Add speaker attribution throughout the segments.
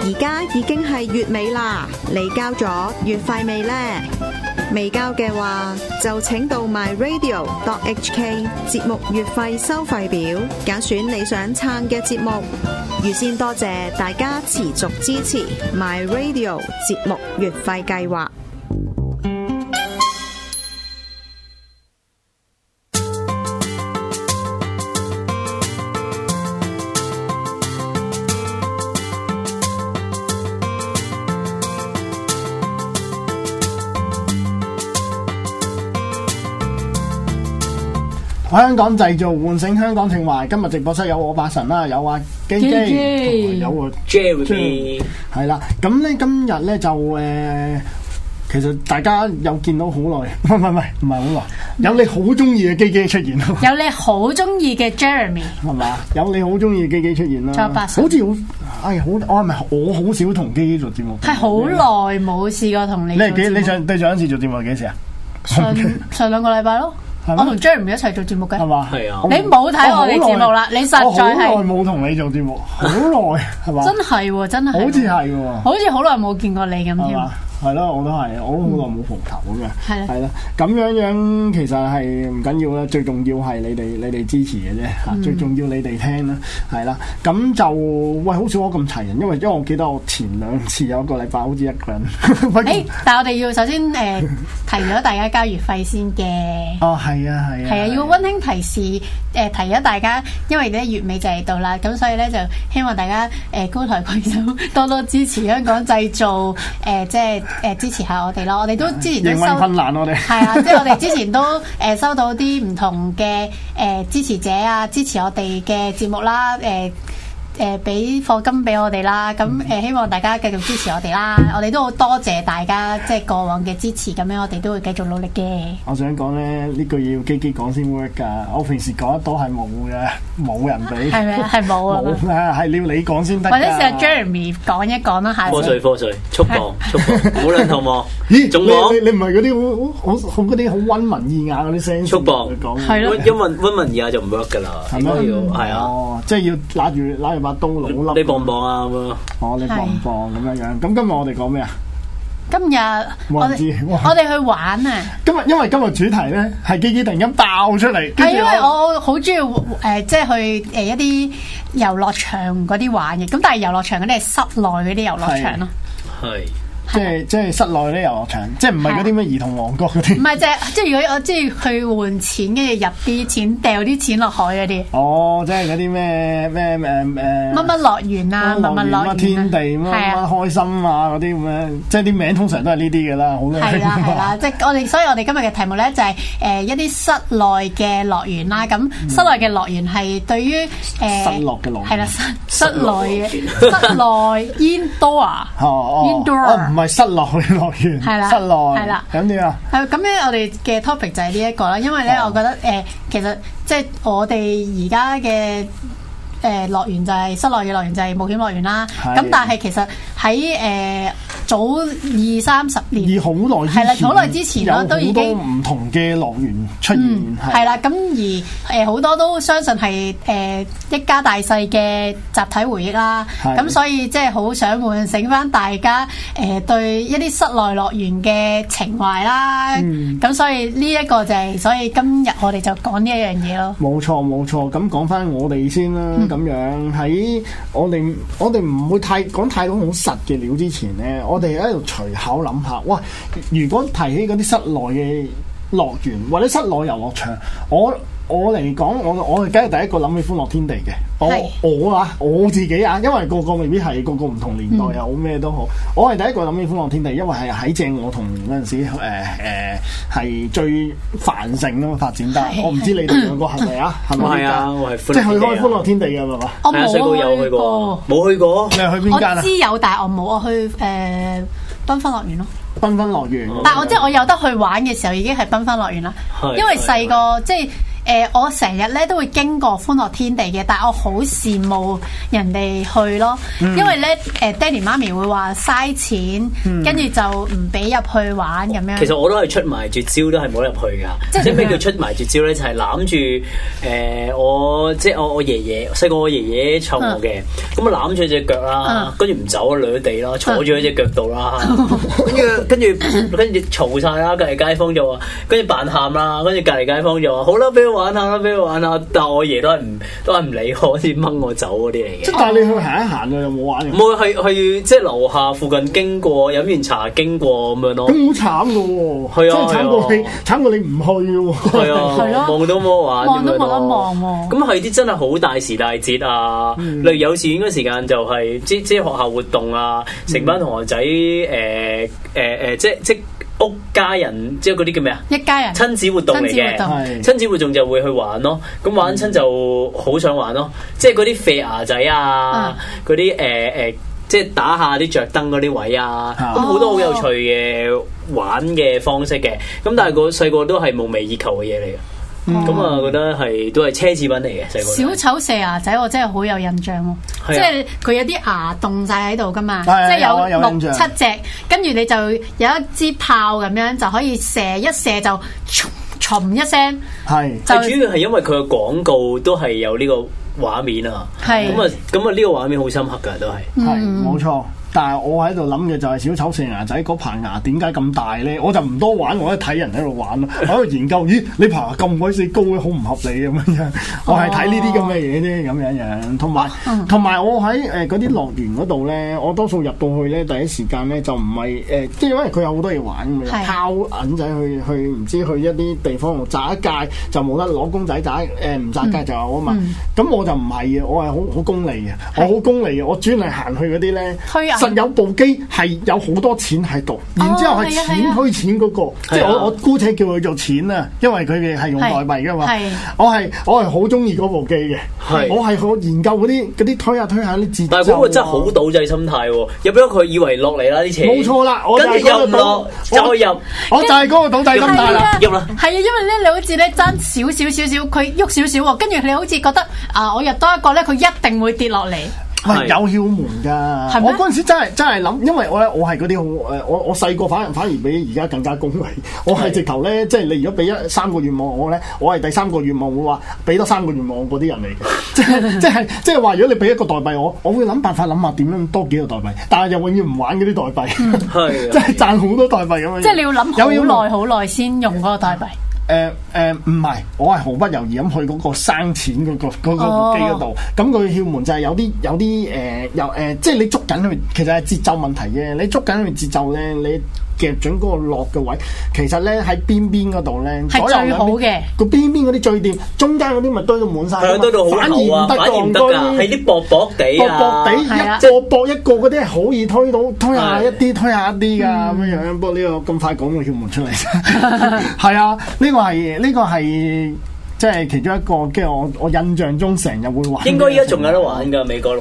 Speaker 1: 而家已經係月尾啦，你交咗月費未呢？未交嘅話，就請到 myradio.hk 節目月費收費表，揀選你想撐嘅節目。預先多謝大家持續支持 myradio 節目月費計劃。
Speaker 2: 香港製造喚醒香港情懷，今日直播室有我八神啦，有阿基基，同埋有我
Speaker 3: Jeremy
Speaker 2: 係啦。咁咧今日咧就誒、呃其實大家有見到好耐， 唔係唔係唔係唔係好耐，有你好中意嘅基基出現 咯，
Speaker 4: 有你好中意嘅 Jeremy，
Speaker 2: 係嘛？有你好中意嘅基基出現啦，
Speaker 4: 仲有八神
Speaker 2: 好似好，哎好，我係咪我好少同基基做節目？
Speaker 4: 係好。耐冇試過同你
Speaker 2: 你
Speaker 4: 做
Speaker 2: 係
Speaker 4: 節目。
Speaker 2: 幾？你上對上一次做節目係幾時啊？
Speaker 4: 上 上兩個禮拜咯，
Speaker 2: 係
Speaker 4: 我
Speaker 2: 咩
Speaker 4: 同 Jeremy 一齊做節目嘅
Speaker 2: 係。嘛？
Speaker 3: 係啊
Speaker 2: 我
Speaker 4: 你冇睇我哋節目啦
Speaker 2: 我好耐
Speaker 4: 你實在係
Speaker 2: 我好耐冇同你做節目，好耐係嘛？
Speaker 4: 真係喎，真係喎。
Speaker 2: 好似係喎。
Speaker 4: 好似好耐冇見過你咁
Speaker 2: 係
Speaker 4: 添。
Speaker 2: 嘛？係咯，我都係，我都好耐冇蒲頭咁樣。
Speaker 4: 嗯係啦
Speaker 2: 係啦，咁樣樣其實係唔緊要啦，最重要係你哋你哋支持嘅啫嚇，
Speaker 4: 嗯
Speaker 2: 最重要你哋聽啦，係啦。咁就喂，好少我咁齊人，因為因為我記得我前兩次有一個禮拜好似一個人， 不過
Speaker 4: 誒，但係我哋要首先誒提咗大家交月費先嘅。
Speaker 2: 哦係啊係啊，
Speaker 4: 係啊，要温馨提示誒、提咗大家，因為咧月尾就嚟到啦，咁所以咧就希望大家誒、高抬貴手， 多多支持香港製造誒、即係誒、支持下我哋咯。我哋都之前都
Speaker 2: 營
Speaker 4: 收
Speaker 2: 運困難我哋
Speaker 4: 係啊，即係我哋之前都 誒、收到啲唔同嘅誒、支持者啊，支持我哋嘅節目啦，誒、誒俾課金俾我哋啦，咁誒、希望大家繼續支持我哋啦，我哋都好多謝大家即係過往嘅支持，咁樣我哋都會繼續努力嘅。
Speaker 2: 我想講咧，呢句要基基講先 work 㗎。我平時講得多係冇嘅，冇人俾。
Speaker 4: 係 咪啊係冇啊
Speaker 2: 冇啊，係你要你講先得㗎。
Speaker 4: 或者試下 Jeremy 講一講啦，下
Speaker 3: 科
Speaker 2: 啊
Speaker 4: 次
Speaker 3: 水科水，速磅速磅，好撚肚餓。
Speaker 2: 咦？
Speaker 3: 仲
Speaker 2: 你
Speaker 3: 講
Speaker 2: 你你唔係嗰啲好好好嗰啲好温文爾雅嗰啲聲線
Speaker 3: 速磅
Speaker 2: 去講嘅
Speaker 4: 係咯嗯
Speaker 3: 温因文温文而家就唔 work 噶啦，
Speaker 2: 係
Speaker 3: 應該
Speaker 2: 咩？
Speaker 3: 要係啊。
Speaker 2: 哦，即係要揦住揦住把刀老笠。
Speaker 3: 你磅唔磅啊？咁啊，
Speaker 2: 哦，你磅唔磅咁樣樣？咁今日我哋講咩啊？
Speaker 4: 今日我
Speaker 2: 冇人知
Speaker 4: 哋
Speaker 2: 哇
Speaker 4: 我哋去玩啊！
Speaker 2: 今日因為今日主題咧係基基突然間爆出嚟，跟
Speaker 4: 係
Speaker 2: 住
Speaker 4: 因為我好中意誒，即係去呃誒一啲遊樂場嗰啲玩嘅。咁但係遊樂場嗰啲係室內嗰啲遊樂場咯，
Speaker 3: 係
Speaker 2: 即係即係室內咧遊樂場，即係唔係嗰啲咩兒童王國嗰
Speaker 4: 唔
Speaker 2: 啲。
Speaker 4: 啊係即啊係即係如果我即係去換錢，跟住入啲錢，掉啲錢落海嗰啲，
Speaker 2: 哦，即係嗰啲咩咩誒誒
Speaker 4: 乜乜樂園啊，乜乜
Speaker 2: 樂園
Speaker 4: 樂
Speaker 2: 啊
Speaker 4: 園
Speaker 2: 天
Speaker 4: 啊，
Speaker 2: 地乜
Speaker 4: 係
Speaker 2: 乜
Speaker 4: 啊。
Speaker 2: 開心啊嗰啲咁樣，即係啲名通常都係啊呢啲嘅啦，好多
Speaker 4: 係啦係啦，即係我哋，所以我哋今日嘅題目咧就係、誒一啲室內嘅樂園啦。咁室內嘅樂園係對於誒
Speaker 2: 嗯室落嘅樂園
Speaker 4: 係啦，室室 內嘅
Speaker 3: 室
Speaker 4: 室內 indoor 啊。
Speaker 2: 哦哦，
Speaker 4: Indoor
Speaker 2: 哦唔係室內樂園，
Speaker 4: 係啦
Speaker 2: 室內
Speaker 4: 係啦
Speaker 2: 咁點啊？
Speaker 4: 係咁咧，我哋嘅 topic 就係呢一個啦，因為咧，
Speaker 2: 哦
Speaker 4: 我覺得誒、其實即係我哋而家嘅誒樂園就係、室內嘅樂園就係冒險樂園啦。
Speaker 2: 係
Speaker 4: 咁但係其實喺誒、早二三十
Speaker 2: 以
Speaker 4: 年
Speaker 2: 好耐
Speaker 4: 係啦好耐之前啦
Speaker 2: 有
Speaker 4: 都已
Speaker 2: 好多
Speaker 4: 經嗯
Speaker 2: 唔同嘅樂園出現，
Speaker 4: 係啦，咁而誒好多都相信係誒一家大細嘅集體回憶啦。
Speaker 2: 係
Speaker 4: 咁所以即係好想喚醒翻大家誒對一啲室內樂園嘅情懷啦。
Speaker 2: 嗯
Speaker 4: 咁所以呢一個就係，所以今日我哋就講呢一樣嘢咯。
Speaker 2: 冇錯冇錯，咁講翻我哋先啦，咁、樣喺我哋我哋唔會太講太多好實嘅料之前呢，我哋喺度隨口諗下，哇！如果提起嗰啲室內嘅樂園或者室內遊樂場，我我嚟講，我我梗係第一個諗起歡樂天地嘅，
Speaker 4: 係
Speaker 2: 我我啊我自己啊，因為個個未必係個個唔同年代啊又好咩都好，我係第一個諗起歡樂天地，因為係喺正我童年嗰陣時，誒誒係最繁盛啊嘛發展得
Speaker 4: 係，
Speaker 2: 我唔知你哋兩個係 咪啊？係咪？
Speaker 3: 我係啊我係歡
Speaker 2: 即
Speaker 3: 樂
Speaker 2: 係去
Speaker 3: 天地
Speaker 2: 開
Speaker 3: 啊
Speaker 2: 歡樂天地嘅係嘛？
Speaker 4: 我
Speaker 3: 係啊，細個有
Speaker 4: 冇
Speaker 3: 去
Speaker 4: 去
Speaker 3: 過
Speaker 4: 過，，
Speaker 3: 冇去過
Speaker 2: 你。係去邊間
Speaker 4: 我
Speaker 2: 啊？
Speaker 4: 知有，但係我冇，我去誒繽紛樂園咯。
Speaker 2: 繽紛樂園。
Speaker 4: 但係我即係我有得去玩嘅時候，已經係繽紛樂園啦
Speaker 3: 嗯係。
Speaker 4: 因為細個即係誒、我成日咧都會經過歡樂天地嘅，但我好羨慕人哋去咯，
Speaker 3: 嗯
Speaker 4: 因為咧誒、爹哋媽咪會話嘥錢，跟住、就唔俾入去玩咁樣。
Speaker 3: 嗯其實我都係出埋絕招，都係冇得入去
Speaker 4: 啊即係
Speaker 3: 㗎。即係咩
Speaker 4: 點樣
Speaker 3: 叫出埋絕招咧？就係攬住誒我，即係我我爺爺細個我爺爺湊我嘅，咁啊攬住只腳啦
Speaker 4: 嗯，
Speaker 3: 跟住唔走啊，攣地啦，坐住喺只腳度啦，跟住跟住跟住嘈晒啦，隔離街坊就話，跟住扮喊啦，跟住隔離街坊就話，好啦，俾佢玩下啦，俾佢玩下，但係我爺都係唔都係唔理我，好似掹我走嗰啲嚟嘅
Speaker 2: 即。係但係你去行一行，你有冇玩嘅？
Speaker 3: 冇去去即係樓下附近經過，飲完茶經過咁樣咯。
Speaker 2: 咁好慘嘅喎，
Speaker 3: 係
Speaker 2: 真
Speaker 3: 啊
Speaker 2: 係慘過你
Speaker 3: 係啊，
Speaker 2: 慘過你唔去嘅
Speaker 3: 係
Speaker 2: 喎。
Speaker 4: 係
Speaker 3: 啊，
Speaker 4: 咯
Speaker 3: 望都冇得玩，
Speaker 4: 望都冇得望喎
Speaker 3: 咁係啲真係好大時大節啊，例如有時嗰時間就係即即係學校活動啊，成班同學仔誒誒誒，即即屋家人即係嗰啲叫咩啊？
Speaker 4: 一家人
Speaker 3: 親子活動嚟
Speaker 4: 親
Speaker 3: 嘅
Speaker 4: 子活動，
Speaker 2: 係
Speaker 3: 親子活動就會去玩咯。咁玩親就好想玩咯，即係嗰啲肥牙仔啊，嗰啲誒誒，即係打下啲着燈嗰啲位啊，
Speaker 2: 啊
Speaker 3: 咁好多好有趣嘅玩嘅方式嘅。咁但係個細個都係夢寐以求嘅嘢嚟嘅。咁啊，覺得係都係奢侈品嚟嘅細
Speaker 4: 小
Speaker 3: 個。
Speaker 4: 丑四牙仔我真係好有印象喎，即
Speaker 3: 係啊
Speaker 4: 係佢有啲牙凍晒喺度噶嘛，即
Speaker 2: 係啊
Speaker 4: 係
Speaker 2: 有啊有
Speaker 4: 六
Speaker 2: 印象
Speaker 4: 七隻，跟住你就有一支炮咁樣就可以射一射就嘈嘈一聲，
Speaker 2: 係
Speaker 4: 就
Speaker 3: 係主要係因為佢嘅廣告都係有呢個畫面啊。
Speaker 4: 係
Speaker 3: 咁啊，咁啊，呢個畫面好深刻㗎，都係。
Speaker 2: 係冇錯。但係我喺度諗嘅就係小丑四牙仔嗰棚牙點解咁大咧？我就唔多玩，我喺度睇人喺度玩咯，我喺度研究，咦你棚牙咁鬼死高嘅，好唔合理咁樣樣。我係睇呢啲咁嘅嘢啫，咁樣樣。同埋同埋我喺誒嗰啲樂園嗰度咧，我多數入到去咧，第一時間咧就唔係誒，即係因為佢有好多嘢玩咁
Speaker 4: 係
Speaker 2: 樣，拋銀仔去去唔知去一啲地方度擲一界就冇得攞公仔擲，誒唔擲界
Speaker 4: 嗯
Speaker 2: 就有啊嘛。咁我就唔係嘅，我係好好功利嘅，啊我好功利嘅，我專係行去嗰啲咧，
Speaker 4: 推啊銀
Speaker 2: 實有部機係有好多錢喺度，然之後係
Speaker 4: 係啊係啊
Speaker 2: 錢推錢嗰個，即係
Speaker 3: 係啊
Speaker 2: 我我姑且叫佢做錢啊，因為佢哋係用代幣噶嘛
Speaker 4: 係係。
Speaker 2: 我係我係好中意嗰部機嘅，
Speaker 3: 係
Speaker 2: 我係我研究嗰啲嗰啲推下推下啲節奏啊。
Speaker 3: 但係嗰個真係好倒制心態喎，入咗佢以為落嚟啦啲錢，
Speaker 2: 冇錯啦，我就
Speaker 3: 跟
Speaker 2: 係
Speaker 3: 住又
Speaker 2: 嗰
Speaker 3: 唔
Speaker 2: 個賭
Speaker 3: 落，再入，
Speaker 2: 我就係嗰個賭仔咁大
Speaker 4: 係
Speaker 2: 啦。
Speaker 4: 啊
Speaker 3: 入啦
Speaker 4: 係啊，因為咧你好似咧爭少少少少，佢喐少少喎，跟住你好似覺得啊，我入多一個咧，佢一定會跌落嚟。
Speaker 2: 喂，
Speaker 3: 係
Speaker 2: 有竅門㗎！
Speaker 4: 係
Speaker 2: 我
Speaker 4: 咩
Speaker 2: 嗰陣時真係真係諗，因為我咧我係嗰啲好誒，我我細個反而反而比而家更加恭維。 我係直頭咧，即係你如果俾一三個願望我咧，我係第三個願望會話俾多三個願望嗰啲人嚟嘅， 即 係即係即係話，如果你俾一個代幣我，我會諗辦法諗下點樣多幾個代幣，但係又永遠唔玩嗰啲代幣，
Speaker 3: 係啊
Speaker 2: 即係賺好多代幣咁樣。
Speaker 4: 即係你
Speaker 2: 有
Speaker 4: 要諗
Speaker 2: 竅
Speaker 4: 好
Speaker 2: 門
Speaker 4: 耐好耐先用嗰個代幣。
Speaker 2: 誒誒呃唔係，我係毫不猶豫咁去嗰個生錢嗰、個嗰、
Speaker 4: 哦
Speaker 2: 個機嗰度。咁佢竅門就係有啲有啲誒有誒，即係你捉緊佢，其實係節奏問題嘅。你捉緊佢節奏咧，你夾準嗰個落嘅位，其實咧喺邊邊嗰度咧，左
Speaker 4: 係
Speaker 2: 右
Speaker 4: 最
Speaker 2: 兩
Speaker 4: 好
Speaker 2: 邊
Speaker 4: 嘅
Speaker 2: 個邊邊嗰啲最掂，中間嗰啲咪堆到滿晒㗎嘛。
Speaker 3: 係啊，堆到好
Speaker 2: 反
Speaker 3: 厚啊，反而唔得
Speaker 2: 㗎
Speaker 3: 㗎，係啲薄薄地
Speaker 2: 薄
Speaker 3: 啊，
Speaker 2: 薄地
Speaker 4: 係啊
Speaker 2: 一個搏一個嗰啲係可以推到推下一
Speaker 3: 係嗯
Speaker 2: 啲推下一啲㗎咁樣樣，不過呢個咁快講個竅門出嚟 啫，係啊，呢個係呢個係即係其中一個，跟住我我印象中成日會玩。
Speaker 3: 應該依家仲有得玩㗎，美國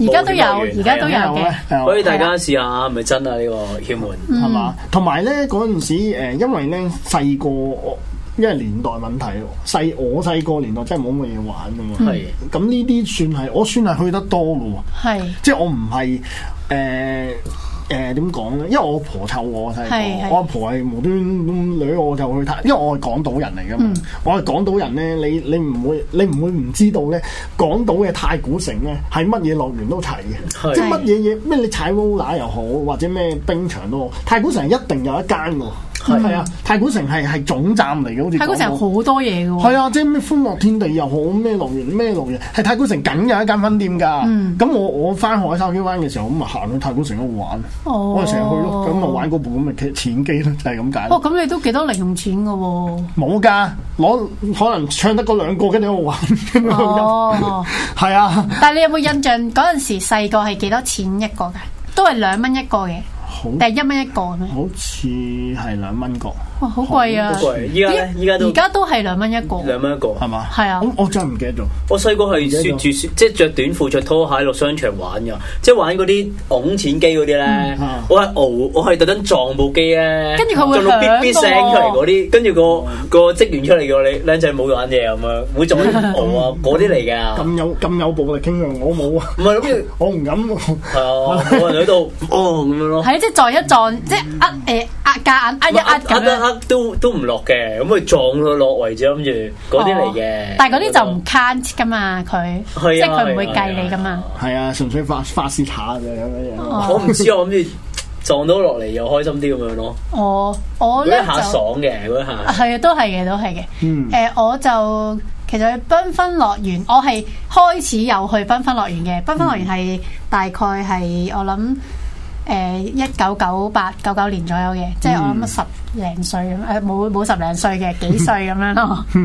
Speaker 4: 而家都有而家都有
Speaker 2: 係啊，
Speaker 4: 嘅
Speaker 2: 係啊
Speaker 3: 所以大家試下係咪真啊呢個竅門？
Speaker 2: 係嘛？
Speaker 3: 嗯
Speaker 2: 同埋咧嗰陣時誒，因為咧細個我。因為年代問題，細我細個年代真係冇乜嘢玩噶嘛，
Speaker 3: 係
Speaker 2: 咁呢啲算係我算係去得多噶喎。
Speaker 4: 係
Speaker 2: 即係我唔係誒誒點講咧，因為我婆湊我細
Speaker 4: 係係
Speaker 2: 個，我阿婆係無端端女我就去睇，因為我係港島人嚟噶
Speaker 4: 嗯
Speaker 2: 嘛，我係港島人咧，你你唔會你唔會唔知道咧，港島嘅太古城咧係乜嘢樂園都齊嘅，
Speaker 3: 係
Speaker 2: 即係乜嘢嘢咩你踩 roller 又好，或者咩冰場都好，太古城一定有一間喎，係啊，太古城係係總站嚟嘅，好似
Speaker 4: 泰國城
Speaker 2: 港島
Speaker 4: 好多嘢嘅喎。
Speaker 2: 係啊，即係咩歡樂天地又好，咩樂園咩樂園，係太古城梗有一間分店㗎。
Speaker 4: 嗯
Speaker 2: 咁、我我翻學喺筲箕灣嘅時候，咁咪行去太古城嗰度玩，
Speaker 4: 哦
Speaker 2: 我就成日去咯，咁咪玩嗰部咁嘅錢機咯，就係咁解
Speaker 4: 哦，
Speaker 2: 咯。
Speaker 4: 咁你都幾多零用 錢嘅喎？
Speaker 2: 冇㗎，攞可能唱得嗰兩個，跟住喺度玩，跟住喺度
Speaker 4: 哦
Speaker 2: 飲。係啊，
Speaker 4: 但係你有冇印象嗰陣時細個係幾多錢一個㗎？都係兩蚊一個嘅，
Speaker 2: 好
Speaker 4: 定係一蚊一個咁樣？
Speaker 2: 好似係兩蚊個，
Speaker 4: 哇，好貴啊！
Speaker 3: 好貴依家咧
Speaker 4: 咦
Speaker 3: 依家都
Speaker 4: 而家都係兩蚊一個，
Speaker 3: 兩蚊一個。
Speaker 2: 係嘛？
Speaker 4: 係啊
Speaker 2: 咁我真係唔記得咗。
Speaker 3: 我細個係雪住雪，即係着短褲、着拖鞋落商場玩㗎，即係玩嗰啲拱錢機嗰啲咧
Speaker 2: 嗯啊。
Speaker 3: 我係熬，我係特登撞部機咧，
Speaker 4: 跟住佢會
Speaker 3: 撞到
Speaker 4: 響嗯
Speaker 3: 咇咇
Speaker 4: 㗎
Speaker 3: 聲
Speaker 4: 喎
Speaker 3: 出嚟嗰啲，跟住個個職員出嚟叫你靚仔冇玩嘢咁樣，會撞我
Speaker 4: 嗯
Speaker 3: 啊嗰啲嚟㗎。
Speaker 2: 咁有咁有暴力傾向，我冇啊，
Speaker 3: 唔係諗住
Speaker 2: 我唔敢。
Speaker 3: 係啊，我 喺度哦咁樣咯。
Speaker 4: 係啊，即係撞一撞，即係呃誒呃夾硬呃一呃咁
Speaker 3: 呃
Speaker 4: 樣。
Speaker 3: 呃都都唔落嘅，咁佢撞到落為止，諗住嗰啲嚟嘅
Speaker 4: 哦。但係嗰啲就唔 count 噶嘛，佢即
Speaker 3: 係
Speaker 4: 係
Speaker 3: 啊
Speaker 4: 佢唔會
Speaker 3: 係啊
Speaker 4: 計你噶嘛。
Speaker 2: 係啊，純粹發發泄下嘅咁樣
Speaker 4: 哦
Speaker 2: 嘢。
Speaker 3: 我唔知，我諗住撞到落嚟又開心啲咁樣咯。
Speaker 4: 我我
Speaker 3: 嗰一
Speaker 4: 咧
Speaker 3: 下
Speaker 4: 就
Speaker 3: 爽嘅，嗰一下
Speaker 4: 係啊，都係嘅，都係嘅。
Speaker 2: 嗯
Speaker 4: 誒、我就其實去繽紛樂園，我係開始有去繽紛樂園嘅。繽紛樂園
Speaker 2: 嗯
Speaker 4: 係大概係我諗誒一九九八九九年左右嘅，即係我
Speaker 2: 嗯
Speaker 4: 諗十零歲咁，誒冇冇十零歲嘅幾歲咁樣咯。
Speaker 2: 嗯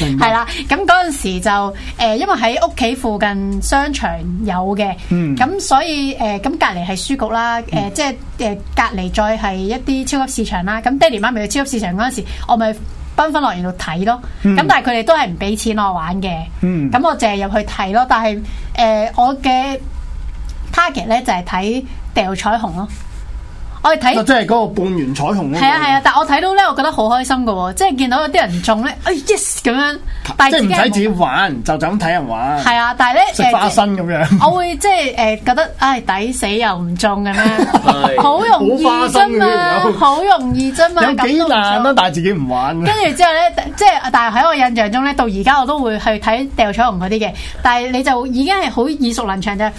Speaker 2: 明白
Speaker 4: 係啦，咁嗰陣時就誒、因為喺屋企附近商場有嘅，咁、
Speaker 2: 嗯
Speaker 4: 所以誒咁、隔離係書局啦，誒、呃即係誒、隔離再係一啲超級市場啦。咁爹哋媽咪去超級市場嗰陣時，我咪去繽紛樂園度睇咯。咁、但係佢哋都係唔俾錢我玩嘅，咁、
Speaker 2: 嗯
Speaker 4: 我淨係入去睇咯。但係誒、我嘅 target 咧就係睇掉彩虹咯，我係睇
Speaker 2: 即。係嗰個半圓彩虹咯。
Speaker 4: 係啊係啊，但我睇到咧，我覺得好開心噶喎，即係見到有啲人中咧，哎 yes 咁樣，但
Speaker 2: 即
Speaker 4: 係
Speaker 2: 係唔
Speaker 4: 係
Speaker 2: 使
Speaker 4: 冇
Speaker 2: 自己玩，就就咁睇人玩，
Speaker 4: 係啊，但係咧
Speaker 2: 食花生咁 樣。
Speaker 4: 我會即係誒覺得，唉，抵死又唔中咁樣，
Speaker 3: 係
Speaker 4: 好容易
Speaker 2: 好花生
Speaker 4: 啫
Speaker 2: 嘅呢
Speaker 4: 嘛
Speaker 2: 條友，
Speaker 4: 好容易啫嘛，
Speaker 2: 有幾
Speaker 4: 咁都唔
Speaker 2: 難啊啦，
Speaker 4: 中。
Speaker 2: 但係自己唔玩。
Speaker 4: 跟住之後咧，即係但係喺我印象中咧，到而家我都會去睇掉彩虹嗰啲嘅，但係你就已經係好耳熟能詳啫。誒、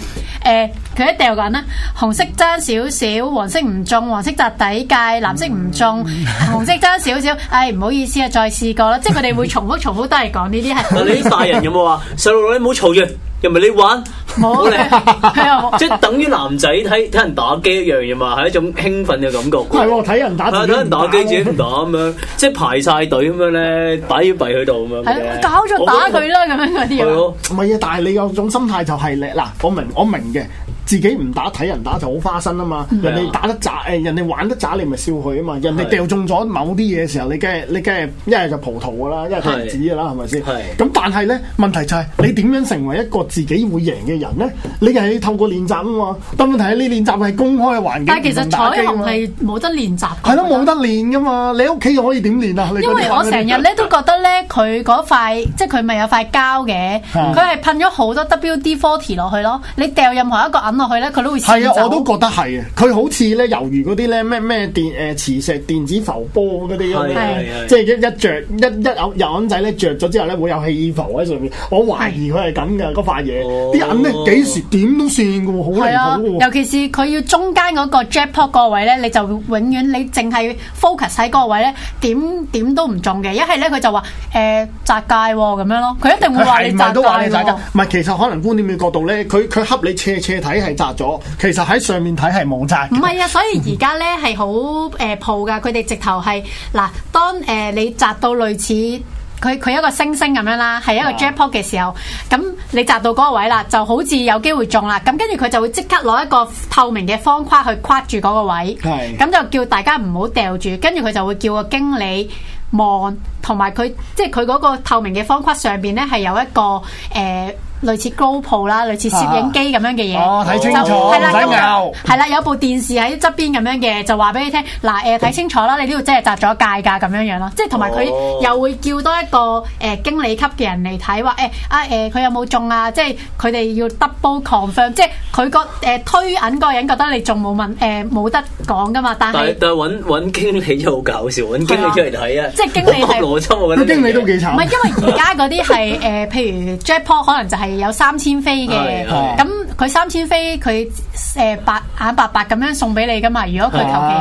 Speaker 4: 佢一掉緊啦，紅色爭少少，黃色唔中，黃色擲底界，藍色唔中，
Speaker 2: 嗯
Speaker 4: 紅色爭少少，唉，唔好意思啊，再試過啦。即係佢哋會重複重複都係講呢啲係 好
Speaker 3: 但你啲大人有冇話細路女唔好嘈住，又唔係你玩，
Speaker 4: 冇
Speaker 3: 冇
Speaker 4: 嘅，
Speaker 3: 理。
Speaker 4: 佢又冇
Speaker 3: 即係等於男仔睇睇人打機一樣嘢嘛，係一種興奮嘅感覺。
Speaker 2: 係喎，睇人打
Speaker 3: 係
Speaker 2: 自
Speaker 3: 啊睇
Speaker 2: 己
Speaker 3: 人
Speaker 2: 唔
Speaker 3: 打機自己
Speaker 2: 咯
Speaker 3: 唔打咁樣，即係排晒隊咁樣咧，擺啲幣喺度咁樣
Speaker 4: 係咯啊
Speaker 3: 嘅。
Speaker 4: 搞咗打佢啦咁樣嗰
Speaker 3: 係
Speaker 4: 啲啊。
Speaker 3: 咯，
Speaker 2: 唔係啊，但係你有種心態就係你嗱，我明我明嘅，自己唔打睇人打就好花生啊嘛，
Speaker 4: 嗯
Speaker 2: 人哋打得渣誒，人哋玩得渣你咪笑佢啊嘛，人哋
Speaker 3: 係
Speaker 2: 掉中咗某啲嘢嘅時候，你梗係你梗係一係就葡萄噶啦，一係就
Speaker 3: 係
Speaker 2: 提子噶啦，係咪先？
Speaker 3: 係
Speaker 2: 咁但係咧問題就係你點樣成為一個自己會贏嘅人咧？你係透過練習啊嘛，但問題係你練習係公開嘅環境，
Speaker 4: 但係其
Speaker 2: 唔
Speaker 4: 實
Speaker 2: 同打機
Speaker 4: 彩
Speaker 2: 啊
Speaker 4: 虹
Speaker 2: 嘛
Speaker 4: 係冇得練習㗎。
Speaker 2: 係咯，冇得練噶嘛，你喺屋企又可以點練啊？你嗰啲
Speaker 4: 因為我
Speaker 2: 玩嗰啲
Speaker 4: 成日咧都覺得咧，佢嗰塊即係佢咪有塊膠嘅，
Speaker 2: 嗯
Speaker 4: 佢係噴咗好多 WD forty 落去咯。你掉任何一個銀落去咧，佢都會
Speaker 2: 係
Speaker 4: 閃
Speaker 2: 啊，
Speaker 4: 走
Speaker 2: 我都覺得係啊。佢好似咧，猶如嗰啲咧咩咩電誒呃磁石電子浮波嗰啲咁
Speaker 3: 係
Speaker 2: 樣，
Speaker 3: 係
Speaker 2: 即
Speaker 3: 係。
Speaker 2: 係一一着一一有有銀仔咧着咗之後咧會有氣浮喺上面。我懷疑佢係咁嘅嗰塊嘢，
Speaker 3: 哦
Speaker 2: 啲銀咧幾時點都算嘅喎，
Speaker 4: 係
Speaker 2: 好
Speaker 4: 啊
Speaker 2: 離譜，嘅
Speaker 4: 尤
Speaker 2: 喎。
Speaker 4: 其是佢要中間嗰個 jackpot 嗰個位咧，你就永遠你淨係 focus 喺嗰個位咧，點點都唔中嘅。一係咧佢就話誒擲界喎咁樣咯，佢一定會
Speaker 2: 佢
Speaker 4: 話你
Speaker 2: 係咪
Speaker 4: 擲
Speaker 2: 都話你
Speaker 4: 界
Speaker 2: 賺㗎
Speaker 4: 喎。？
Speaker 2: 唔係，其實可能觀點嘅角度咧，佢佢恰你斜斜睇係擲咗，其實喺上面睇係冇擲
Speaker 4: 唔
Speaker 2: 嘅。
Speaker 4: 係啊，所以而家咧係好誒鋪噶，佢哋直頭係嗱，當誒、呃你擲到類似佢佢一個星星咁樣啦，係一個
Speaker 2: 啊
Speaker 4: jackpot 嘅時候，咁你擲到嗰個位啦，就好似有機會中啦，咁跟住佢就會即刻攞一個透明嘅方框去框住嗰個位，
Speaker 2: 係
Speaker 4: 咁就叫大家唔好掉住，跟住佢就會叫個經理。望同埋佢，即係佢嗰個透明嘅方框上邊咧，係有一個誒、呃、類似 GoPro 啦，類似攝影機咁樣嘅嘢。
Speaker 2: 哦睇清楚
Speaker 4: 就係啦
Speaker 2: 唔使
Speaker 4: 咁
Speaker 2: 拗
Speaker 4: 係啦，有部電視喺側邊咁樣嘅，就話俾你聽，嗱誒睇清楚啦，你呢度真係擲咗界㗎咁樣樣咯，即係同埋佢
Speaker 3: 哦
Speaker 4: 又會叫多一個誒、呃、經理級嘅人嚟睇話誒啊誒佢有冇中啊，即係佢哋要 double confirm，即係佢個誒推銀嗰個人覺得你仲冇問誒冇、得講㗎嘛，但
Speaker 3: 但係
Speaker 4: 係
Speaker 3: 但係揾揾經理就好搞笑，揾經理出嚟睇啊！
Speaker 4: 即係經理係
Speaker 3: 好合邏輯，我覺
Speaker 2: 佢
Speaker 3: 得
Speaker 2: 經理都幾
Speaker 4: 唔係
Speaker 2: 慘。
Speaker 4: 因為而家嗰啲係誒譬如 jackpot 可能就係有三千飛嘅
Speaker 3: 係係，
Speaker 4: 咁佢三千飛佢誒白眼白白咁樣送俾你㗎嘛，如果佢求
Speaker 2: 係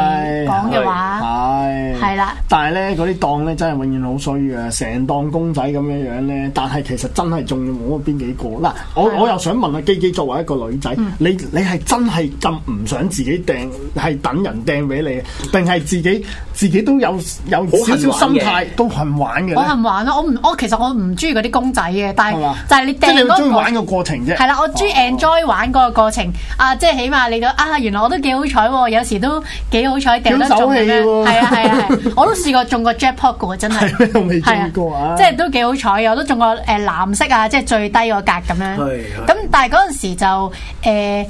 Speaker 4: 其講嘅話。
Speaker 2: 係
Speaker 4: 係啦，
Speaker 2: 但係咧嗰啲檔咧真係永遠好衰嘅，成檔公仔咁樣樣咧。但係其實真係仲要冇邊幾個嗱，我
Speaker 4: 係嗯
Speaker 2: 我又想問啊，基基作為一個女仔，你你係真係咁唔想自己掟，係等人掟俾你，定係自己自己都有有少少心
Speaker 3: 好恨玩
Speaker 2: 態都肯玩嘅
Speaker 4: 我
Speaker 2: 咧？
Speaker 4: 肯玩咯，我唔我其實我唔中意嗰啲公仔嘅，但
Speaker 2: 係嘛
Speaker 4: 係但係你
Speaker 2: 即係
Speaker 4: 掟
Speaker 2: 你
Speaker 4: 嗰
Speaker 2: 中意玩個過程啫。哦
Speaker 4: 係啦，我中意 enjoy 玩嗰個過程啊！即係起碼你都啊，原來我都幾好彩喎，有時都幾好彩掉得中咁樣。
Speaker 2: 幾好手氣喎
Speaker 4: 係啊係啊 係啊，我都試過中過 jackpot 嘅喎，真係。
Speaker 2: 係咩啊我未中
Speaker 4: 係
Speaker 2: 過啊
Speaker 4: 即係都幾好彩，我都中過誒藍色啊，即係最低個格咁樣。
Speaker 3: 係係
Speaker 4: 咁但係嗰陣時就誒。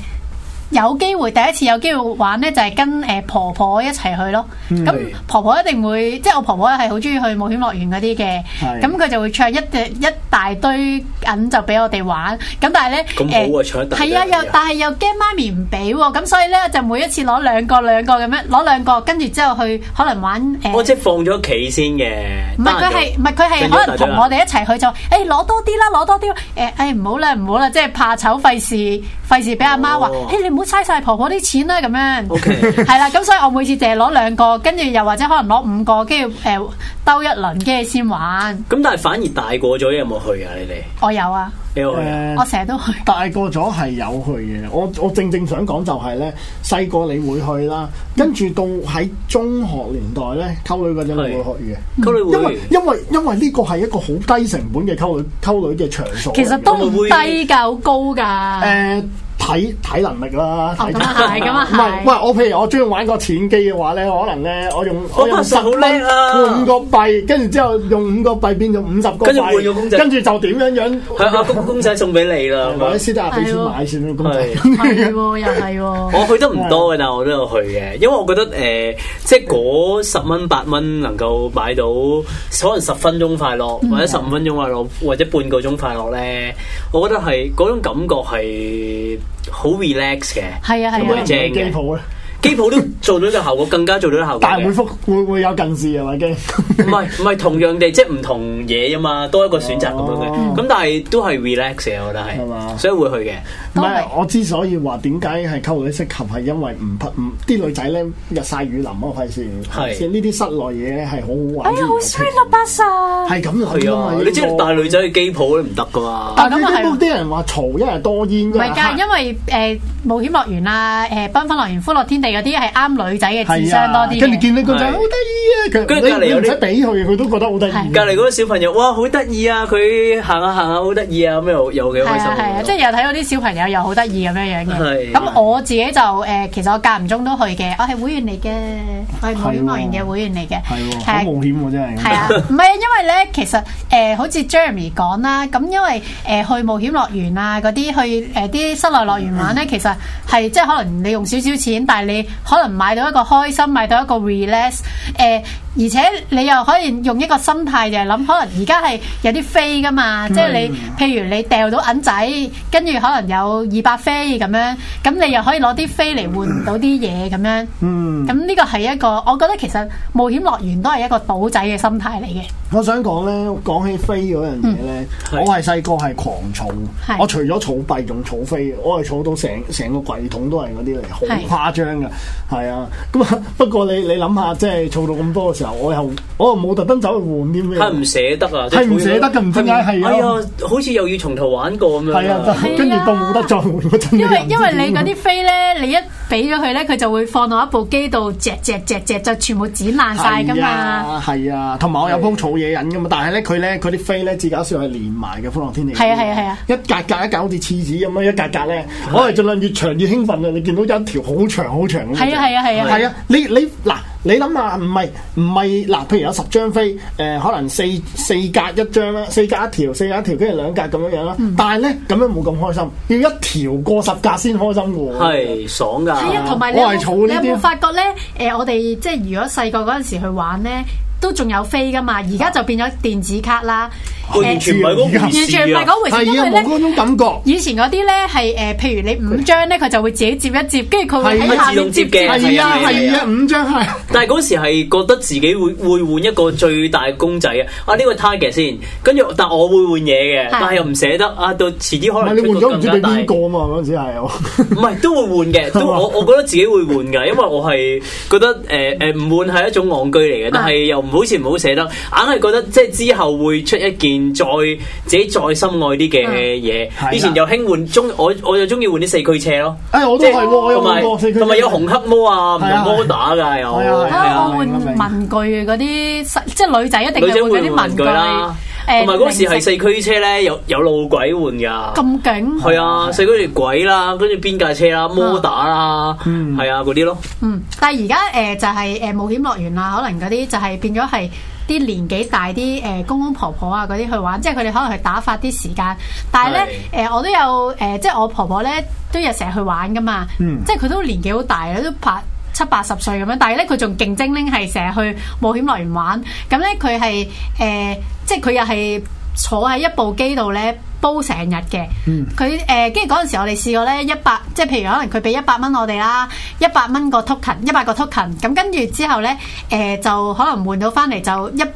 Speaker 4: 有機會第一次有機會玩咧，就係、跟誒、呃婆婆一齊去咯。
Speaker 2: 嗯
Speaker 4: 咁、
Speaker 3: 係
Speaker 4: 婆婆一定會，即係我婆婆係好中意去冒險樂園嗰啲嘅。
Speaker 2: 係
Speaker 4: 咁佢就會唱一隻一大堆銀就俾我哋玩。咁但係咧，
Speaker 3: 咁好
Speaker 4: 誒
Speaker 3: 啊唱一大堆
Speaker 4: 係啊，
Speaker 3: 銀
Speaker 4: 又
Speaker 3: 啊
Speaker 4: 但係又驚媽咪唔俾喎。咁所以咧就每一次攞兩個兩個咁樣攞兩個，跟住之後去可能玩誒。
Speaker 3: 哦我即係放咗棋先嘅，
Speaker 4: 唔係佢係唔係佢係
Speaker 3: 啊
Speaker 4: 可能同我哋一齊去就誒攞多啲啦，攞多啲啦誒誒唔好啦唔好啦，即係怕醜費事費事俾阿媽話
Speaker 3: 哦
Speaker 4: 誒你唔好嘥晒婆婆啲錢啦咁樣。
Speaker 3: OK
Speaker 4: 係啦，咁所以我每次淨係攞兩個，跟住又或者可能攞五個，跟住誒兜一輪，跟住先玩。
Speaker 3: 咁但係反而大個咗有冇去啊？你哋
Speaker 4: 我有啊，
Speaker 3: 你有去啊？
Speaker 2: 誒
Speaker 4: 我成日都去。
Speaker 2: 大個咗係有去嘅，我我正正想講就係咧，細個你會去啦，跟住到喺中學年代咧，溝女嗰陣你會去嘅。
Speaker 3: 溝
Speaker 2: 因
Speaker 3: 女會
Speaker 2: 為因為因為呢個係一個好低成本嘅溝女溝女嘅場所嚟嘅。
Speaker 4: 其實都唔
Speaker 3: 會
Speaker 4: 低㗎，好高㗎。
Speaker 2: 誒睇睇能力啦，
Speaker 4: 哦
Speaker 2: 睇
Speaker 4: 咁啊係咁啊
Speaker 2: 唔係
Speaker 4: 係
Speaker 2: 唔係，我譬如我中意玩個錢機嘅話咧，可能咧我用我用
Speaker 3: 拍
Speaker 2: 十
Speaker 3: 實好
Speaker 2: 蚊
Speaker 3: 叻啊
Speaker 2: 換五個幣，跟住之後用五個幣變咗五十個幣，
Speaker 3: 跟住換個公仔
Speaker 2: 跟住就點樣樣
Speaker 3: 係啊， 公公仔送俾你啦。咁
Speaker 2: 或者
Speaker 3: 樣
Speaker 2: 私底下俾錢買先啦，公仔
Speaker 3: 係。
Speaker 4: 係喎，又係喎。
Speaker 3: 我去得唔多嘅，但我都有去嘅，因為我覺得誒、即係嗰十蚊八蚊能夠買到可能十分鐘快樂，
Speaker 2: 嗯
Speaker 3: 或者十五分鐘快樂，或者半個鐘快樂咧，我覺得係嗰種感覺係好 relax 嘅。
Speaker 4: 係啊
Speaker 2: 咁
Speaker 4: 係
Speaker 2: 樣
Speaker 4: 啊
Speaker 3: 樣。正嘅
Speaker 2: 機鋪咧，
Speaker 3: 機鋪都做到呢個效果，更加做到呢個效果
Speaker 2: 但係會
Speaker 3: 嘅。
Speaker 2: 復會會有近視啊，咪驚。
Speaker 3: 唔係唔係同樣地，即係唔同嘢啊嘛，多一個選擇咁樣嘅。
Speaker 2: 哦
Speaker 3: 咁、但係都係 relax 嘅，我覺得
Speaker 2: 係嘛
Speaker 3: 係，所以會去嘅。
Speaker 2: 唔
Speaker 4: 都
Speaker 2: 係
Speaker 4: 係，
Speaker 2: 我之所以話點解係溝女適合，係因為唔匹唔啲女仔咧日曬雨淋啊，費事
Speaker 3: 係
Speaker 2: 先呢啲室內嘢咧係好好玩。
Speaker 4: 哎呀，好 sweet 啦，巴薩。哦
Speaker 2: 係咁
Speaker 3: 係
Speaker 2: 諗啊
Speaker 3: 啊
Speaker 2: 嘛，，
Speaker 3: 你即係
Speaker 2: 大
Speaker 3: 帶女仔去機鋪都唔得噶嘛。
Speaker 2: 但係
Speaker 4: 哦咁啊
Speaker 2: 呢
Speaker 4: 係
Speaker 2: 啲啲人話嘈，一係多煙，一
Speaker 4: 唔係㗎，
Speaker 2: 係
Speaker 4: 因為誒、冒險樂園啊、誒、繽紛樂園、歡樂天地嗰啲係啱女仔嘅智
Speaker 2: 係
Speaker 4: 商多
Speaker 2: 啊，
Speaker 4: 啲
Speaker 2: 跟住
Speaker 4: 嘅。
Speaker 2: 見到個仔
Speaker 3: 係
Speaker 2: 好得意啊，
Speaker 3: 跟住隔
Speaker 2: 佢
Speaker 3: 離
Speaker 2: 你
Speaker 3: 有
Speaker 2: 唔
Speaker 3: 啲
Speaker 2: 使俾佢，佢都覺得好得意。
Speaker 3: 隔離嗰個小朋友，哇，好得意啊！佢行下行下好得意啊，咁又又幾
Speaker 4: 係
Speaker 3: 開心
Speaker 4: 啊
Speaker 3: 啊。
Speaker 4: 係啊，即係又睇到啲小朋友又好得意咁樣樣
Speaker 3: 係
Speaker 4: 嘅。咁我自己就誒、其實我間唔中都去嘅，我係會員嚟嘅，我係冒險樂園嘅會員嚟嘅。
Speaker 2: 係喎，
Speaker 4: 係啊
Speaker 2: 好冒險喎，真係。
Speaker 4: 係啊，唔係因為咧，其實誒、呃好似 Jeremy 講啦，咁因為誒、呃去冒險樂園啊，嗰啲去誒啲、室內樂園玩咧，其實係即係可能你用少少錢，但係你可能買到一個開心，買到一個 relax 誒、而且你又可以用一個心態就係諗，可能而家係有啲飛噶嘛，
Speaker 2: 嗯
Speaker 4: 即係你譬如你掉到銀仔，跟住可能有二百飛咁樣，咁你又可以攞啲飛嚟換到啲嘢咁樣。
Speaker 2: 嗯。
Speaker 4: 咁呢個係一個，我覺得其實冒險樂園都係一個賭仔嘅心態嚟嘅。
Speaker 2: 我想講咧，講起飛嗰樣嘢咧，
Speaker 3: 係
Speaker 2: 我係細個係狂儲
Speaker 4: 嗯係，
Speaker 2: 我除咗儲幣仲儲飛，我係儲到成成個櫃桶都係嗰啲嚟，
Speaker 4: 係
Speaker 2: 好誇張噶，係啊。咁啊， 不過你你諗下，即係儲到咁多嘅時候，我又我又冇特登走去換啲咩，
Speaker 3: 係唔捨得啊！
Speaker 2: 係唔捨得㗎唔知點解係啊
Speaker 3: 哎呀，好似又要從頭玩過咁樣。
Speaker 2: 係啊，
Speaker 4: 係啊
Speaker 2: 跟住到冇得再換嗰陣，
Speaker 4: 因為
Speaker 2: 又
Speaker 4: 因
Speaker 2: 唔知啊
Speaker 4: 為你嗰啲飛咧，你一俾咗佢咧，佢就會放到一部機度，隻隻隻隻就全部剪爛晒噶
Speaker 2: 係
Speaker 4: 嘛。
Speaker 2: 啊，係啊，同埋我有鋪草嘢引噶嘛，但係咧佢咧佢啲飛咧至搞笑係連埋嘅歡樂天地。
Speaker 4: 係啊係啊係啊
Speaker 2: 一格格一格好似廁紙咁樣，一格格咧，我係盡量越長越興奮啊！你見到有一條好長好長咁樣。
Speaker 4: 係啊係啊係啊
Speaker 2: 係啊！你你嗱，你諗下，唔係唔係嗱，譬如有十張飛，誒可能四四格一張啦，四格一條，四格一條，跟住兩格咁樣樣啦。
Speaker 4: 嗯
Speaker 2: 但係咧咁樣冇咁開心，要一條過十格先開心嘅喎。
Speaker 3: 係爽㗎。
Speaker 4: 係啊，同埋你有
Speaker 2: 我係儲
Speaker 4: 冇
Speaker 2: 呢
Speaker 4: 你
Speaker 2: 啲
Speaker 4: 有冇發覺咧？誒，我哋即係如果細個嗰陣時去玩咧，都仲有飛噶嘛。而家就變咗電子卡啦。
Speaker 3: 我哦完全唔係嗰
Speaker 4: 完
Speaker 3: 回事
Speaker 4: 全唔係嗰回
Speaker 2: 係
Speaker 4: 事，因
Speaker 2: 啊，
Speaker 4: 為
Speaker 2: 冇
Speaker 4: 咧。
Speaker 2: 嗰種感覺。
Speaker 4: 以前嗰啲咧係誒，譬如你五張咧，佢就會自己接一接，跟住佢會
Speaker 2: 係啊
Speaker 4: 喺下面接
Speaker 3: 自動接嘅
Speaker 2: 係啊
Speaker 3: 係
Speaker 2: 係
Speaker 3: 啊
Speaker 2: 啊，五張係。
Speaker 3: 但係嗰時係覺得自己會會換一個最大公仔啊！啊呢個 target 先，跟住但我會換嘢嘅，但係又唔捨得啊！到遲啲
Speaker 2: 唔
Speaker 3: 可
Speaker 2: 係
Speaker 3: 能
Speaker 2: 你換
Speaker 3: 出個
Speaker 2: 咗唔
Speaker 3: 更
Speaker 2: 知
Speaker 3: 加
Speaker 2: 俾
Speaker 3: 大，
Speaker 2: 邊個
Speaker 3: 唔
Speaker 2: 啊嘛？嗰陣時係 我。
Speaker 3: 係都會換 嘅，都
Speaker 2: 係嘛
Speaker 3: 我我覺得自己會換㗎，因為我係覺得誒誒唔換係一種戇居嚟
Speaker 2: 啊
Speaker 3: 嘅，但係又唔好似唔好捨得，硬係覺得即係之後會出一件再自己再心愛啲嘅
Speaker 2: 啊係啦
Speaker 3: 嘢。以前又興換中，我我就中意換啲四驅車咯，
Speaker 2: 哎，我都係喎，我有
Speaker 3: 同埋
Speaker 2: 換過四驅車
Speaker 3: 同埋有紅黑魔啊，唔
Speaker 2: 係啊
Speaker 3: 同摩打㗎又
Speaker 2: 係啊係啊
Speaker 3: 係
Speaker 4: 啊！
Speaker 3: 啊
Speaker 4: 我換文具嗰啲，即係女仔一定
Speaker 2: 啊
Speaker 3: 女仔
Speaker 4: 係換
Speaker 3: 會
Speaker 4: 嗰啲
Speaker 3: 換
Speaker 4: 文
Speaker 3: 具
Speaker 4: 具
Speaker 3: 啦，
Speaker 4: 誒
Speaker 3: 同埋嗰時
Speaker 4: 零
Speaker 3: 係
Speaker 4: 食
Speaker 3: 四驅車咧，有有路軌換㗎。
Speaker 4: 咁勁。
Speaker 3: 係啊，四驅條軌啦，跟住邊架車啦，摩打啦，
Speaker 2: 啊嗯
Speaker 3: 係啊嗰啲咯。
Speaker 4: 嗯，但係而家誒就係、誒、冒險樂園啦，可能嗰啲就係變咗係啲年紀大啲誒、公公婆婆啊嗰啲去玩，即係佢哋可能係打發啲時間。但係咧誒，我都有誒、即係我婆婆咧都有成日去玩噶嘛，
Speaker 2: 嗯
Speaker 4: 即係佢都年紀好大啦，都拍。七八十歲咁樣，但係咧佢仲勁精靈，係成日去冒險樂園玩。咁咧佢係誒，即係佢又係坐喺一部機度咧煲成日嘅。佢誒，跟住嗰陣時我哋試過咧一百，即係譬如可能佢俾一百蚊我哋啦，一百蚊個 token，一百個 token。咁跟住之後咧，誒、就可能換到翻嚟就一誒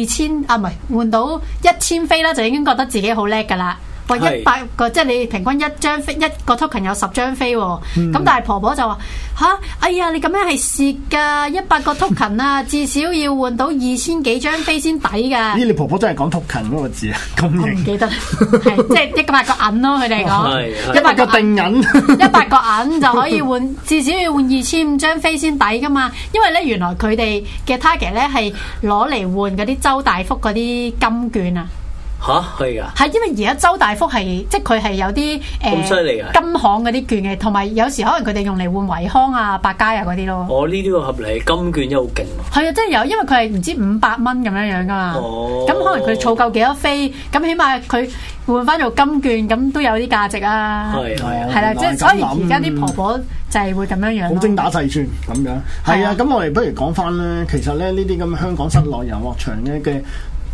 Speaker 4: 二千啊，唔係換到一千飛啦，就已經覺得自己好叻㗎啦。喂，
Speaker 3: 係
Speaker 4: 一百個即係你平均一張飛一個 token 有十張飛喎，咁、但係婆婆就話吓，哎呀你咁樣係蝕㗎，一百個 token 啊，至少要換到二千幾張飛先抵㗎。
Speaker 2: 咦，你婆婆真係講 token 嗰個字啊，
Speaker 4: 我
Speaker 2: 咁
Speaker 4: 唔
Speaker 2: 型，
Speaker 4: 記得，係即係一百個銀咯，佢哋
Speaker 3: 係
Speaker 4: 講
Speaker 3: 係
Speaker 4: 啊一百個
Speaker 2: 個定
Speaker 4: 銀。
Speaker 2: 銀。
Speaker 4: 一百個銀就可以換，至少要換二千五張飛先抵噶嘛。因為咧，原來佢哋嘅 target 咧係攞嚟換嗰啲周大福嗰啲金券啊。
Speaker 3: 吓？係㗎。
Speaker 4: 係因為而家周大福係即係佢係有啲
Speaker 3: 咁
Speaker 4: 誒
Speaker 3: 犀利啊
Speaker 4: 金行嗰啲券嘅，同埋有時可能佢哋用嚟換維康啊、百佳啊嗰啲咯。
Speaker 3: 哦我呢啲個合理，金券真係好勁喎。
Speaker 4: 係啊，即係有，因為佢係唔知五百蚊咁樣樣噶嘛。
Speaker 3: 哦
Speaker 4: 咁、可能佢儲夠幾多飛，咁起碼佢換翻做金券，咁都有啲價值啊。
Speaker 3: 係係啊。
Speaker 4: 係啦，
Speaker 2: 原來
Speaker 4: 即係
Speaker 2: 係咁
Speaker 4: 所以
Speaker 2: 諗
Speaker 4: 而家啲婆婆就係會咁樣 樣
Speaker 2: 好
Speaker 4: 咯。
Speaker 2: 精打細算咁樣，係啊！咁我哋不如講翻咧，其實咧呢啲咁香港室內遊樂場咧嘅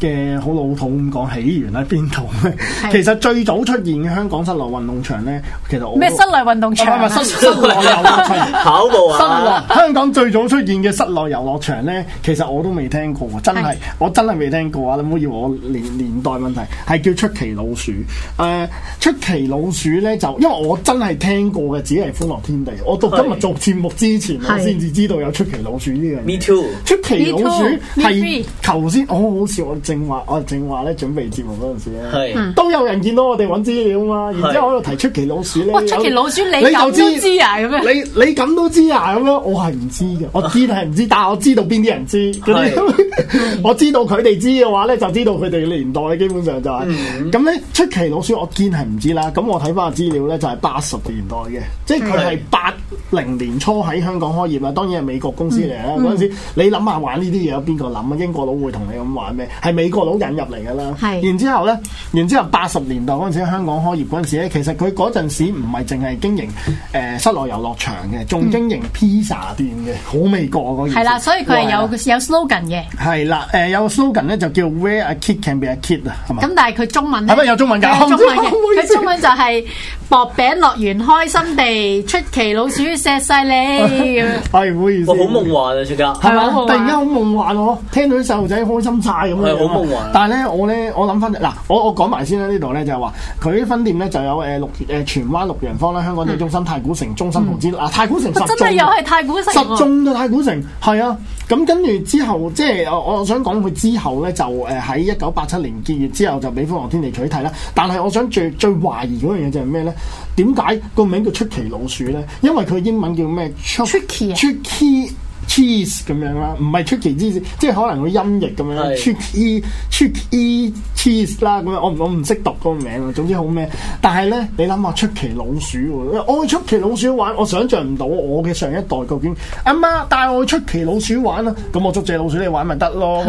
Speaker 2: 嘅好老土咁講起源喺邊度咧？
Speaker 4: 係
Speaker 2: 其實最早出現嘅香港室內運動場咧，其實我
Speaker 4: 咩室內運動
Speaker 2: 唔係
Speaker 4: 場
Speaker 2: 唔
Speaker 4: 啊？
Speaker 2: 係室室內遊樂場。
Speaker 3: 跑步啊，
Speaker 2: 香港最早出現嘅室內遊樂場咧，其實我都未聽過喎，真係
Speaker 4: 係
Speaker 2: 我真係未聽過啊！你唔好以為我年年代問題，係叫出奇老鼠。誒、出奇老鼠咧就因為我真係聽過嘅，只係歡樂天地。我到今日
Speaker 3: 係
Speaker 2: 做節目之前，我
Speaker 4: 係
Speaker 2: 先至知道有出奇老鼠呢樣嘢。
Speaker 3: Me too
Speaker 2: 出奇老鼠
Speaker 4: Me too，me
Speaker 2: 係
Speaker 4: free
Speaker 2: 頭先，哦我好似我正話，我正話咧準備節目嗰陣時咧。
Speaker 4: 嗯
Speaker 3: 係
Speaker 2: 都有人見到我哋揾資料嘛，然之後我喺度提出奇老鼠咧，
Speaker 4: 哇出奇老鼠你
Speaker 2: 有
Speaker 4: 咁都知啊咁樣
Speaker 2: 你你咁都知啊咁樣，我係唔知嘅，我知係唔知，但係我知道邊啲人知嗰啲， 我知道佢哋知嘅話咧，就知道佢哋嘅年代基本上就係
Speaker 4: 嗯
Speaker 2: 咁咧。出奇老鼠我見係唔知啦，咁我睇翻個資料咧就係八十年代嘅，即係佢係
Speaker 3: 嗯
Speaker 2: 八零年初喺香港開業啦，當然係美國公司嚟
Speaker 4: 嗯
Speaker 2: 啦。嗰陣時你諗下玩呢啲嘢有邊個諗啊？英國佬會同你咁玩咩？係美國佬引入嚟㗎啦。
Speaker 4: 係
Speaker 2: 然之後咧，然之後八十年代嗰陣時喺香港開業嗰陣時咧，其實佢嗰陣時唔係淨係經營誒、呃室內遊樂場嘅，仲經營披薩店嘅，好美國嗰件事。
Speaker 4: 嗯
Speaker 2: 啊
Speaker 4: 係啦，所以佢係有
Speaker 2: 哇
Speaker 4: 有 slogan 嘅。
Speaker 2: 係啦，誒、有個 slogan 咧就叫 Where a kid can be a kid 啊，係嘛？
Speaker 4: 咁但係佢中文呢
Speaker 2: 係咪有中文㗎
Speaker 4: 佢有中文
Speaker 2: 唔好
Speaker 4: 嘅，
Speaker 2: 意思
Speaker 4: 佢中文就係薄餅樂園開心地，出奇老鼠錫 晒你咁樣。
Speaker 2: 係哎唔好意思，
Speaker 3: 我好夢幻啊，出家
Speaker 2: 係
Speaker 4: 係咪好
Speaker 2: 嘛？突
Speaker 4: 夢幻
Speaker 2: 然間好夢幻喎，聽到啲細路仔開心晒咁樣樣
Speaker 3: 係好夢幻
Speaker 2: 但係咧，我咧我諗翻嗱，我我講埋先啦，呢度咧就係話佢啲分店咧就有誒六誒荃灣六洋坊啦、香港地中心、太古城、中心同之嗱，太古城
Speaker 4: 哇
Speaker 2: 十
Speaker 4: 嗯真係
Speaker 2: 中
Speaker 4: 又係太古城
Speaker 2: 十
Speaker 4: 喎。
Speaker 2: 中嘅太古城，係啊。咁跟住之後，即係我我想講佢之後咧，就誒喺一九八七年結業之後，就俾《歡樂天地》取替啦。但係我想最最懷疑嗰樣嘢就係咩咧？點解個名叫出奇老鼠咧？因為佢英文叫咩
Speaker 4: Tricky 啊
Speaker 2: Tricky cheese 咁樣啦，唔係 tricky cheese，即係可能會音譯咁樣啦
Speaker 3: 係
Speaker 2: ，tricky tricky cheese 啦咁樣，我唔我唔識讀嗰個名啊，總之好咩？但係咧，你諗下出奇老鼠喎，我去出奇老鼠玩，我想象唔到我嘅上一代究竟阿媽帶我去出奇老鼠玩啊，咁我捉只老鼠你玩咪得咯，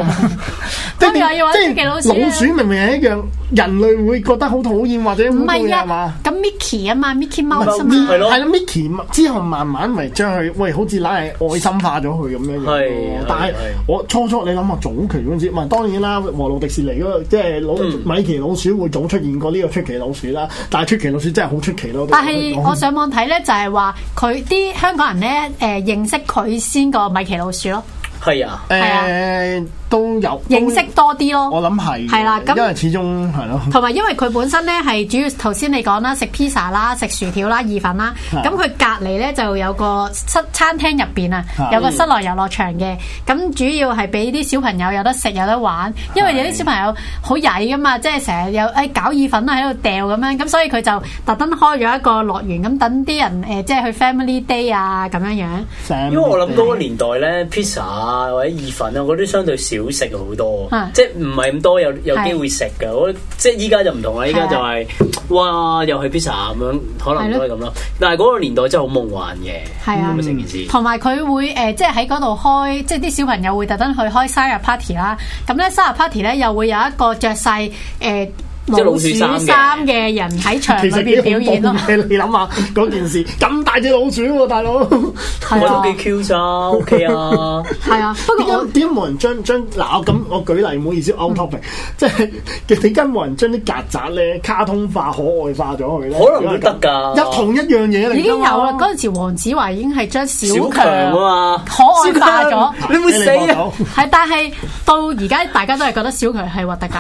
Speaker 2: 咁樣即係
Speaker 4: 當然我要玩出奇
Speaker 2: 老
Speaker 4: 老
Speaker 2: 鼠
Speaker 4: 鼠啦啊
Speaker 2: 明明係一樣人類會覺得好討厭或者
Speaker 4: 唔
Speaker 2: 唔
Speaker 4: 係
Speaker 2: 係
Speaker 4: 啊
Speaker 2: 嘛？，
Speaker 4: 咁 Mickey 啊嘛，Mickey Mouse 啊
Speaker 3: 咪
Speaker 4: 嘛
Speaker 3: 哦係。咯
Speaker 2: 係啦，Mickey 之後慢慢咪將佢，喂，好似拉係愛心化咗佢咁樣樣
Speaker 3: 係
Speaker 2: 咯。但係
Speaker 3: 係
Speaker 2: 我初初你諗下早期嗰陣時，唔係當然啦，和路迪士尼嗰個即係老
Speaker 3: 嗯
Speaker 2: 米奇老鼠會早出現過呢個出奇老鼠啦。但係出奇老鼠真係好出奇咯。
Speaker 4: 但係我上網睇咧，就係話佢啲香港人咧，誒認識佢先過米奇老鼠咯，
Speaker 3: 係啊，
Speaker 2: 誒都有
Speaker 4: 認識，多啲咯。
Speaker 2: 都我諗係
Speaker 4: 係啦咁
Speaker 2: 因為始終係咯。
Speaker 4: 同埋因為佢本身咧係主要頭先你講啦，食 pizza 啦，食薯條啦，意粉啦，
Speaker 2: 係
Speaker 4: 咁佢隔離咧就有個室餐廳入邊啊
Speaker 2: 係，
Speaker 4: 有個室內遊樂場嘅，咁主要係俾啲小朋友有得食有得玩，因為有啲小朋友好曳噶嘛，即係成日有誒搞意粉啊喺度掉咁樣，咁所以佢就特登開咗一個樂園，咁等啲人誒即係去 family day 啊咁樣樣，
Speaker 3: 因為我諗嗰個年代咧，pizza 啊或者意粉啊嗰啲相對少少食好多
Speaker 4: 係，
Speaker 3: 即係唔係咁多有有
Speaker 4: 嗯係
Speaker 3: 機會食㗎。我即係依家就唔同啦，依家就係哇又去 pizza 咁樣，可能都係咁啦。但係嗰個年代真係好夢幻嘅，
Speaker 4: 係啊
Speaker 3: 咁啊成件事。
Speaker 4: 同埋佢會誒、呃即係喺嗰度開，即係啲小朋友會特登去開生日 party 啦。咁咧生日 party 咧又會有一個着晒誒。呃
Speaker 3: 係
Speaker 4: 老
Speaker 3: 老鼠
Speaker 4: 鼠
Speaker 3: 衫嘅
Speaker 4: 衫嘅人喺場 裏
Speaker 2: 其實幾
Speaker 4: 邊表演咯
Speaker 2: 恐，怖嘅 你諗下嗰件事咁大隻老鼠喎，大佬。
Speaker 4: 係
Speaker 3: 我
Speaker 4: 啊
Speaker 3: 都，幾 Q 咋，OK 啊，
Speaker 4: 係 啊。不
Speaker 2: 點
Speaker 4: 過我嗯
Speaker 2: 解點解冇人將將嗱我咁我舉例唔好意思 out topic，即係 點解冇人將啲曱甴咧卡通化可愛化咗佢咧？
Speaker 3: 可能都得㗎
Speaker 2: 一同一樣嘢嚟㗎嘛
Speaker 4: 已經有啦，嗰陣時黃子華已經係將小
Speaker 3: 啊小強
Speaker 4: 強
Speaker 3: 啊嘛，
Speaker 4: 可愛化
Speaker 3: 小強
Speaker 4: 咗，
Speaker 3: 你會死
Speaker 2: 你嚟
Speaker 3: 啊
Speaker 2: 我！
Speaker 4: 係但係到而家大家都係覺得小強係核突㗎，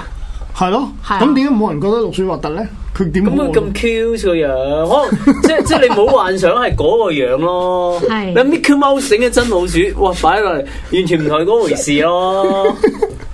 Speaker 2: 係咯，
Speaker 4: 係啊
Speaker 2: 咁點解冇人覺得老鼠核突咧？佢點
Speaker 3: 咁佢咁 Q 個樣，可能 即即係你唔好幻想係嗰個樣咯。
Speaker 4: 係
Speaker 3: 你 Mickey Mouse 整嘅真老鼠，哇擺落嚟完全唔係嗰回事 咯。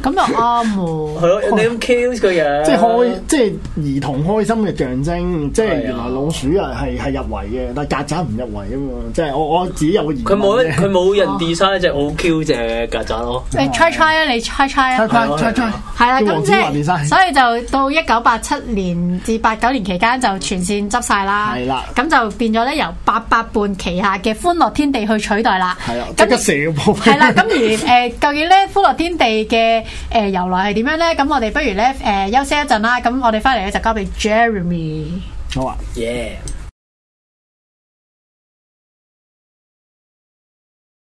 Speaker 4: 咁又 啱喎。
Speaker 3: 係咯，你咁 Q 個樣，
Speaker 2: 即係開，即係兒童開心嘅象徵，即係
Speaker 3: 係啊
Speaker 2: 原來老鼠啊係係入圍嘅，但係曱甴唔入圍啊嘛，即係我我自己有個疑問
Speaker 3: 佢冇
Speaker 2: 啫
Speaker 3: 佢冇人 design 一隻好 Q 隻曱甴咯。
Speaker 4: 你
Speaker 2: 哦
Speaker 4: try try 啊，你 try try
Speaker 2: 猜。猜
Speaker 4: 啊
Speaker 3: 係啊
Speaker 2: 猜猜，
Speaker 4: 係啦，
Speaker 2: 叫
Speaker 4: 咁
Speaker 2: 黃
Speaker 4: 即
Speaker 2: 子華變晒
Speaker 4: 係，所以就到一九八七年至八九年期間就全線執晒啦。
Speaker 2: 係啦
Speaker 4: 咁就變咗咧由八佰伴旗下嘅歡樂天地去取代啦。
Speaker 2: 係啊，即刻
Speaker 4: 咁
Speaker 2: 射波。
Speaker 4: 係啦，咁而誒、呃究竟咧歡樂天地嘅誒、呃、由來係點樣咧？咁我哋不如咧誒、呃休息一陣啦，咁我哋翻嚟咧就交俾 Jeremy。
Speaker 2: 好啊。
Speaker 3: 耶！